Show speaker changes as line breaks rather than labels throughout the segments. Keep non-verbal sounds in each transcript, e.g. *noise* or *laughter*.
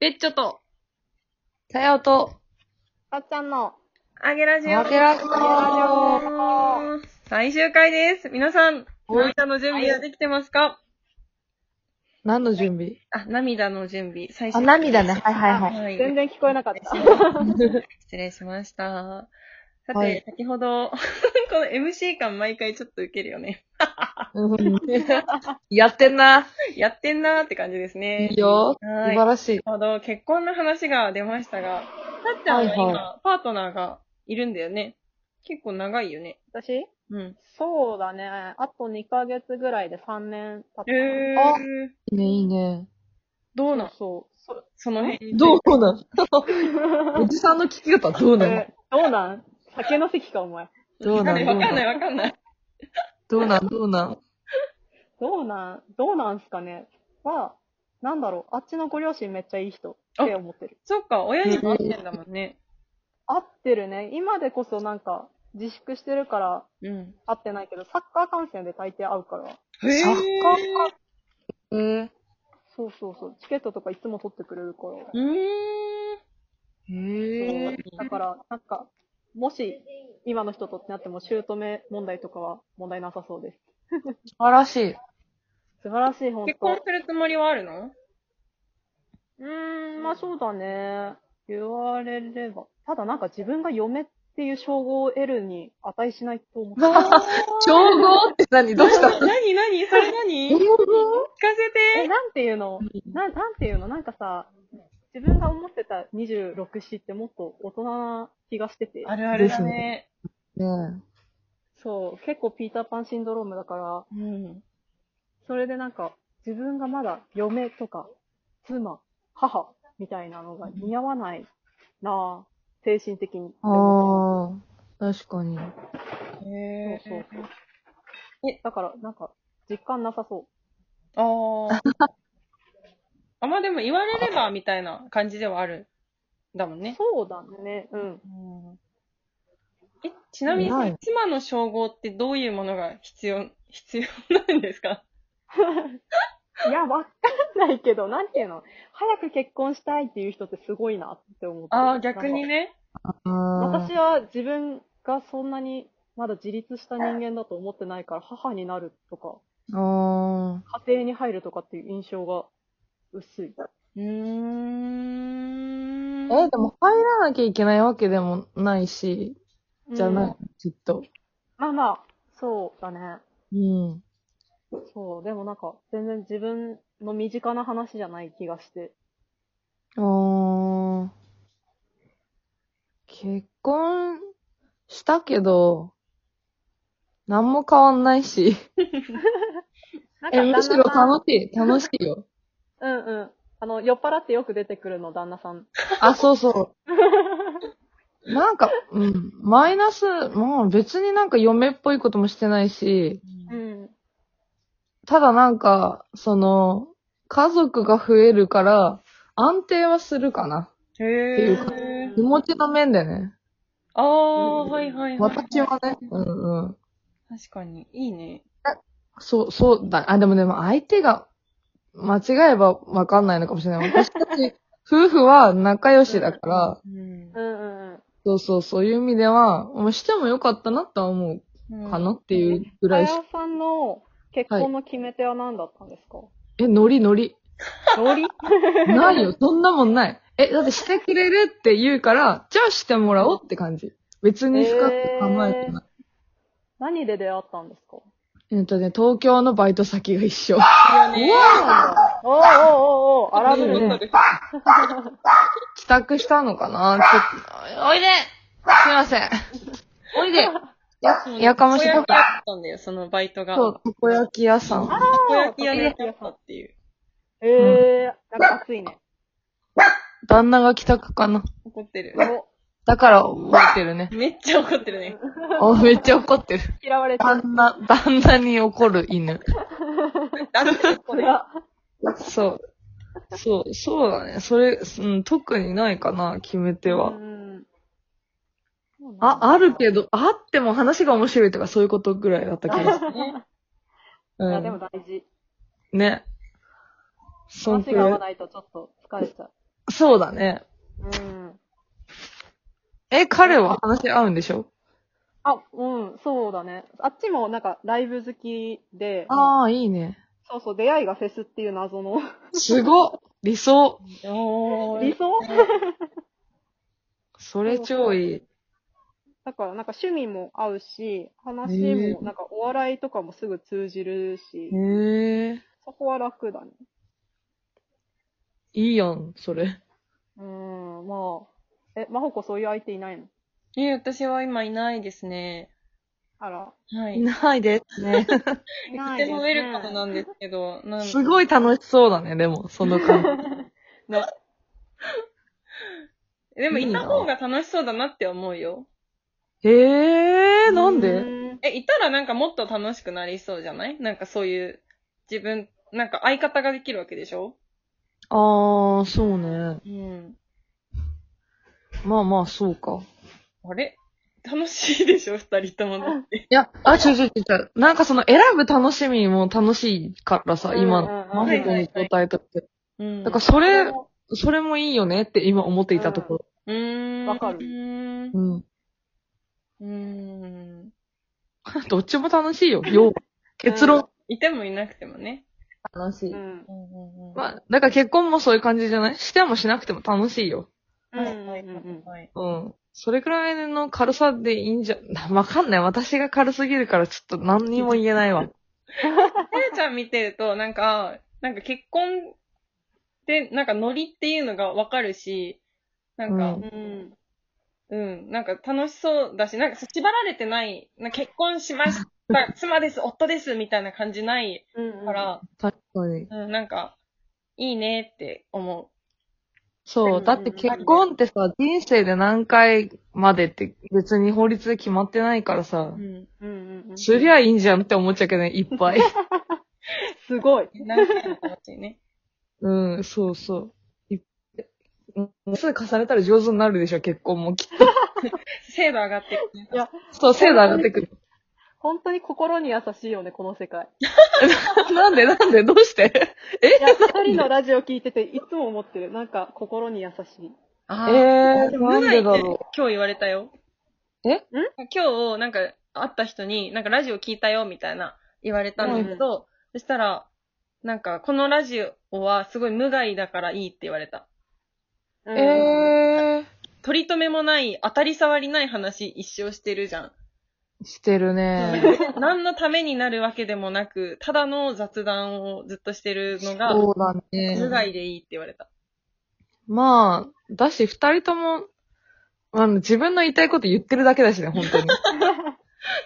べっちょと、
さよと、
かっちゃんの、
あげラジオ。
負けら
あげラジ
そ
オ最終回です。皆さん、
お
涙の準備はできてますか
何の準備
あ、涙の準備。最
あ、
終回
涙ね。はいはいはい。
はい。
全然聞こえなかった。
失礼しました。さて、
はい
先ほど、 *laughs* この MC 感毎回ちょっと受けるよね。
うん *laughs* やってんな。
やってんなーって感じですね。
いいよ。素
は
晴
い。先
らしい。
ほど結婚の話が出ましたが、さっちゃんは今、
はい
パートナーがいるんだよね。結構長いよね。
私
うん。
そうだね。あと2ヶ月ぐらいで3年経った。
えー
あ、いいね、いいね。
どうなん
そうそう。
その辺に。
どうなんおじさんの聞 *laughs* き方どうなの
えどうなん酒の席か、お前。
どうなん
わかんないわかんない。
どうなんどうなん
どうなんどうなんすかねは、なんだろう。あっちのご両親めっちゃいい人って思ってる。
そっか、親にも会ってんだもんね。
合ってるね。今でこそなんか、自粛してるから
うん。
会ってないけど、サッカー観戦で大抵会うから。
へ
サッカー
ー。
えー、
そうそうそう。チケットとかいつも取ってくれるから。
うーん。
えー、
だから、なんか、もし、今の人とってなっても、姑問題とかは問題なさそうです。
素晴らしい。
素晴らしい、本当
結婚するつもりはあるの
うーん、まあそうだね。言われれば。ただなんか自分が嫁っていう称号を得るに値しないと思って。
調合って何どうした
なになにそれ何聞かせ
え、
て。
なんていうのななんていうのなんかさ、自分が思ってた26子ってもっと大人な気がしてて。
る
あるだね。ね
そう、結構ピーターパンシンドロームだから、
うん。
それでなんか、自分がまだ嫁とか、妻、母みたいなのが似合わないなぁ、精神的に。
え。ああ、確かに。
へ
そうそう
え
だから、なんか、実感なさそ
あ *laughs* あ。あ、まあでも言われればみたいな感じではある。だもん
う。
ね。
そうだね。うん。
うんえ、ちなみにその
ない
妻の称号ってどういうものが必要、 *laughs* 必要なんですか
いや、わかんないけど、なんていうの早く結婚したいっていう人ってすごいなって思って。
ああ、逆に
ね。
ね。
あ
私
ー
は自分がそんなに、まだ自立した人間だと思ってないから、母になるとか、
あ
家庭に入るとかっていう印象が薄い。
うーん。
ー。えー、でも入らなきゃいけないわけでもないし、じゃ
う
なんい、きっと。
まあまあ、そうだね。
うん。
そう、でもなんか、全然自分の身近な話じゃない気がして。
あー結婚したけど、何も変わんないし。
なんか
え、むしろ
旦那
楽しい、楽しいよ。
さんうんうん。あの、酔っ払ってよく出てくるの、旦那さん。
あ、そうそう。なんか、うん、マイナス、まあ別になんか嫁っぽいこともしてないし、
うん。
ただなんか、その、家族が増えるから、安定はするかな。
へ
い
え
う。
気持ちの面でね。
ああ、はいはいはい。
私はね、うんうん。
確かに。いいね。
そう、そうだ。あ、でもでも相手が間違えばわかんないのかもしれない。私たち夫婦は仲良しだから、
うん
う。んうんうん。
そうそう、そういう意味では、もうしてもよかったなとは思うかなっていうぐ
か
らいし。
やさんの結婚の決め手は何だったんです
*laughs*
か、
え、ノリノリ。
ノリ
ないよ、そんなもんない。え、だってしてくれるって言うから、じゃあしてもらおうって感じ。別に深く考えてない。
何で出会ったんですか
えっとね、東京のバイト先が一緒。
いいよね。
そうなんだ。おーおーおーおー、あら
う
ぶ
ん
るね。
帰宅したのかなちょっと、おいですいません。おいでや、やかましい
た
と
こ焼き屋
か。
だったんだよ、そのバイトが。
そう、たこ焼き屋さん。
たこ焼き屋
たこ
に
焼き
や
屋さ
った
ん
っていう。
えー、なんか熱いね。
旦那が帰宅かな。
怒ってる。
お、
だから覚えて *laughs* るね。
めっちゃ怒って
*laughs*
るね。
あ、めっちゃ怒ってる。
嫌われてる。
旦那、旦那に怒る犬。
だってこ
こ
れ
れ。は。
そう。そう、そうだね。それ、うん、特にないかな、決め手は。
うん。
あ、あるけど、あっても話が面白いとかそういう *laughs* ことぐらいだったけど。
ね
う
いや、でも
ん、
大事。
ね。尊
話が合わ
敬。
ないとちょっと疲れちゃう。
そうだね。
うん。
え、彼は話し合うんでしょ
あ、うん、そうだね。あっちもなんかライブ好きで、
ああ、いいね。
そうそう、出会いがフェスっていう謎の
すごっ理想
お
理
ー。
想
それ超いい。
だからなんか趣味も合うし、話
へえ
も、なんかお笑いとかもすぐ通じるし、
へえ。
そこは楽だね。
いいやん、それ。
うん、まあ。え、まほこそういう相手いないの
え、私は今いないですね。
あら。
はい。
いないですね。
い
と
な
て
いです
もウ
ね
ェルカムなんですけど、なん
*laughs* すごい楽しそうだね、でも、その *laughs* 感
な
でも、
いい
い
な
た方が楽しそうだなって思うよ。
じ。へえ、なん
う
で
ん
え、いたらなんかもっと楽しくなりそうじゃないなんかそういう、自分、なんか相方ができるわけでしょ
ああ、そうね。
うん。
まあまあ、そうか。
あれ楽しいでしょ二人ともだって。
いや、あ、違う違う違う。なんかその選ぶ楽しみも楽しいからさ、今
うんうん
の
う、ん
マホコの状態とって。
うん
だからそれ、それもいいよねって今思っていたとこ
うーん。
わかる
うー
ろ。。
ん
うん。 *laughs*
うーん。
どっちも楽しいよ。 *laughs* 要は。結論。
いてもいなくてもね。
楽し
う。ん。
うんうんうん。
まあ、だから結婚もそういう感じじゃないしてもしなくても楽しいよ。
う
はい
ん
はい
うんうん
はい。
うん。それくらいの軽さでいいんじゃ、 *laughs* わかんない。私が軽すぎるからちょっと何にも言えないわ。
さやちゃん見てると、なんか、なんか結婚って、なんかノリっていうのがわかるし、なんか、
うん
うん。
うん、なんか楽しそうだし、なんか縛られてない、なんか結婚しました、 *laughs* 妻です、夫です、みたいな感じない
うん。
から、
確かに。
うん、なんか、いいねって思
そうう。
ん
だって結婚ってさ、人生で何回までって別に法律で決まってないから
う。
さ
う、ん。
うんうんうん。
すりゃいいんじゃんって思っちゃうけどね、いっぱい。
すごい。
何回も楽しいね。 *laughs*
うん、そうそう。いうん数重ねたら上手になるでしょ、結婚もきっと。
精度上がっていくね。
いや
そう、精度上がってくる。
本当に心に優しいよね、この世界。
なんでなんでどうして
いや、二人のラジオ聞いてて、いつも思ってる。なんか、心に優しい。
あ
ええー、なんでだろ
今日言われたよ。
えん
今日、なんか、会った人に、なんかラジオ聞いたよ、みたいな、言われたんだけど、そしたら、なんか、このラジオはすごい無害だからいいって言われた。
う
う。
ん
え
取り留めもない、当たり障りない話一生してるじゃん。
ー、してるね。
*laughs* 何のためになるわけでもなく、ただの雑談をずっとしてるのが、
そうだ
無
ね。
害でいいって言われた。
まあ、だし、二人とも、あの、自分の言いたいこと言ってるだけだしね、本 *laughs* 当に。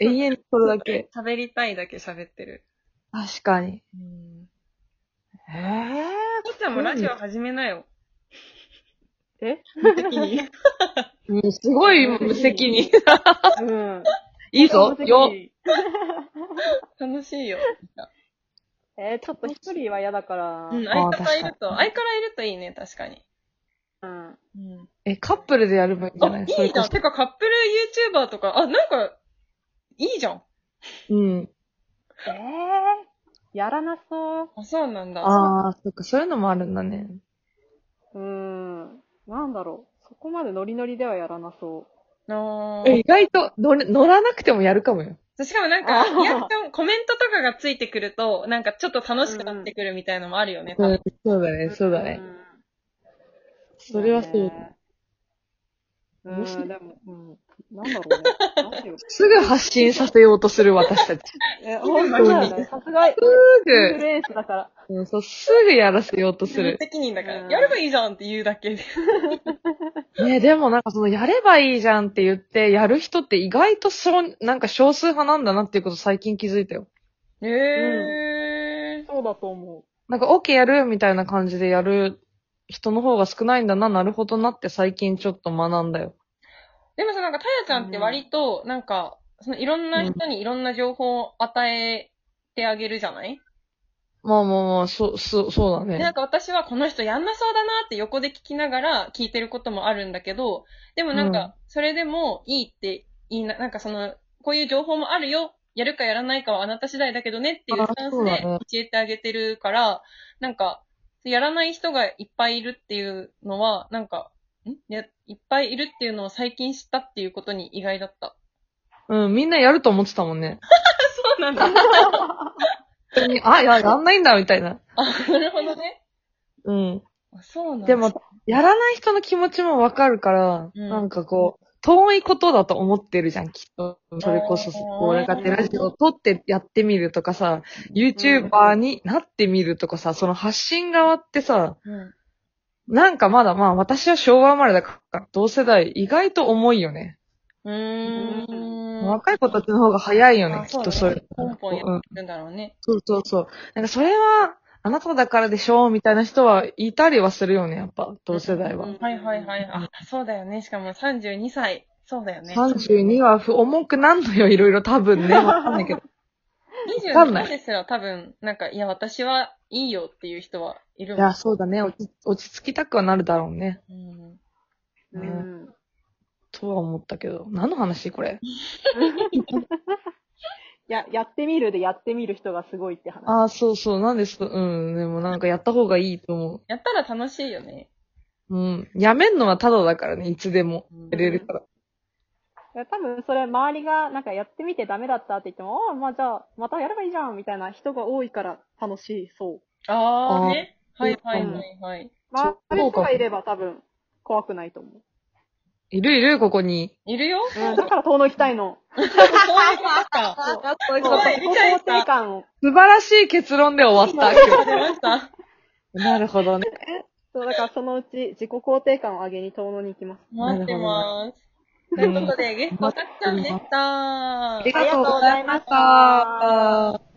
永遠にそれだけ。
喋りたいだけ喋ってる。
確かに。
うん。
ええ
こっちゃんもラジオ始めなよ。
え
無責任。
ー、すごい無責 *laughs* 任。
うん。
いいぞ、よ。
*laughs* 楽しいよ。
えー、ちょっと一人は嫌だから。
うん、
あ
相
ー
方いると、
確か
相方いるといいね、確かに。
うん。
うん。
え、カップルでやればいいんじゃ
あ、
ないい
いじ
それこ
ゃん。
そ
てか、カップル YouTuber とか、あ、なんか、いいじゃん。
うん。
えー、やらなそう。
あ、そうなんだ。
ああ、そっか、そういうのもあるんだね。
うーん。なんだろう。そこまでノリノリではやらなそ
な
え意外と乗れ乗らなくてもやるかもよ。
しかもなん
あ
か、
ー
リアクション、コメントとかがついてくると、なんかちょっと楽しくなってくるみたいのもあるよね、多分。
そうだね
う。ん。
それはそう。
う
面
ー
白い
ん、でも、うん。なんだろうね。なんていうの
すぐ発信させようとする私たち。
え、本当だよね。さすが、イン
す
フ
ぐ
ルエンスだから。
うん、そう、すぐやらせようとす
無
る。
責任だから、
うん
やればいいじゃんって言うだけで。
ね、でもなんかその、やればいいじゃんって言って、やる人って意外とそう、なんか少数派なんだなっていうこと最近気づいたよ。
へー。
そうだと思
なんか、OK やるみたいな感じでやる人の方が少ないんだな、なるほどなって最近ちょっと学んだよ。
でもさ、なんか、たやちゃんって割と、なんか、そのいろんな人にいろんな情報を与えてあげるじゃない、
まあまあまあ、そう、そう、そうだ
で、なん
ね。
か私はこの人やんなそうだなって横で聞きながら聞いてることもあるんだけど、でもなん
うん
か、それでもいいっていいな、なんかその、こういう情報もあるよ、やるかやらないかはあなた次第だけどねっていう
あ
スタンス
そうだ
で
ね
教えてあげてるから、なんか、やらない人がいっぱいいるっていうのは、なんか、んいやいっぱいいるっていうのを最近知ったっていうことに意外だった。
うん、みんなやると思ってたもんね。
そうなん *laughs* だ。な
本当にあ、や、やんないんだ、みたいな。
るほどね。
うん。
あそうなんだ。
でも、やらない人の気持ちもわかるから、
うん
なんかこう、遠いことだと思ってるじゃん、きっと。それこそ、
うん
こう、なんかってラジオを撮ってやってみるとかさ、YouTuber になってみるとかさ、その発信側ってさ、
うん、
なんかまだまあ私は昭和生まれだから、同世代意外と重いよね。
うーん。
若い子たちの方が早いよね
あ、
きっとそういう。
ポンポンや
うん
ってるんだろうね。
そうそうそう。なんかそれは、あなただからでしょ、みたいな人はいたりはするよね、やっぱ、同世代は。
うん
はいはいはい。あ、そうだよね。しかも32歳。そうだよね。
32は不重くなんのよ、いろいろ多分ね。わかんないけど。わかんな
27
い
ですら多分、なんか、いや、私はいいよっていう人はいる
*laughs* い
もん。
や、そうだね。落ち落ち着きたくはなるだろうね。
うん、
*laughs* う
ね
ん。
とは思ったけど。何の話これ。
や、やってみるでやってみる人がすごいって話。
ああ、そうそう。なんです。うん。でもなんかやった方がいいと思
やったら楽しいよね。
う。うん。やめんのはただだからね。いつでも。
うん
やれるから。
いや多分それ周りがなんかやってみてダメだったって言っても、ああ、まあじゃあまたやればいいじゃんみたいな人が多いから楽しいそう。
あー
あー
ね。はいはいはいはい。
周り
そ
の
う
人
か
がいれば多分怖くないと思う。
いるいる、ここに。*laughs*
いるよ。
うん、だから遠野行きたいの。
そういうことか。
そういう
こと
素
い理解した
肯定感を。
晴らしい結論で終わった、今
出ました。
日。 *laughs* なるほどね。
そう、だからそのうち自己肯定感を上げに遠野に行きます。
待ってまーす。と
なる
い
ほど
うことで、ゲストたくちゃんでした。
ありがとうございました。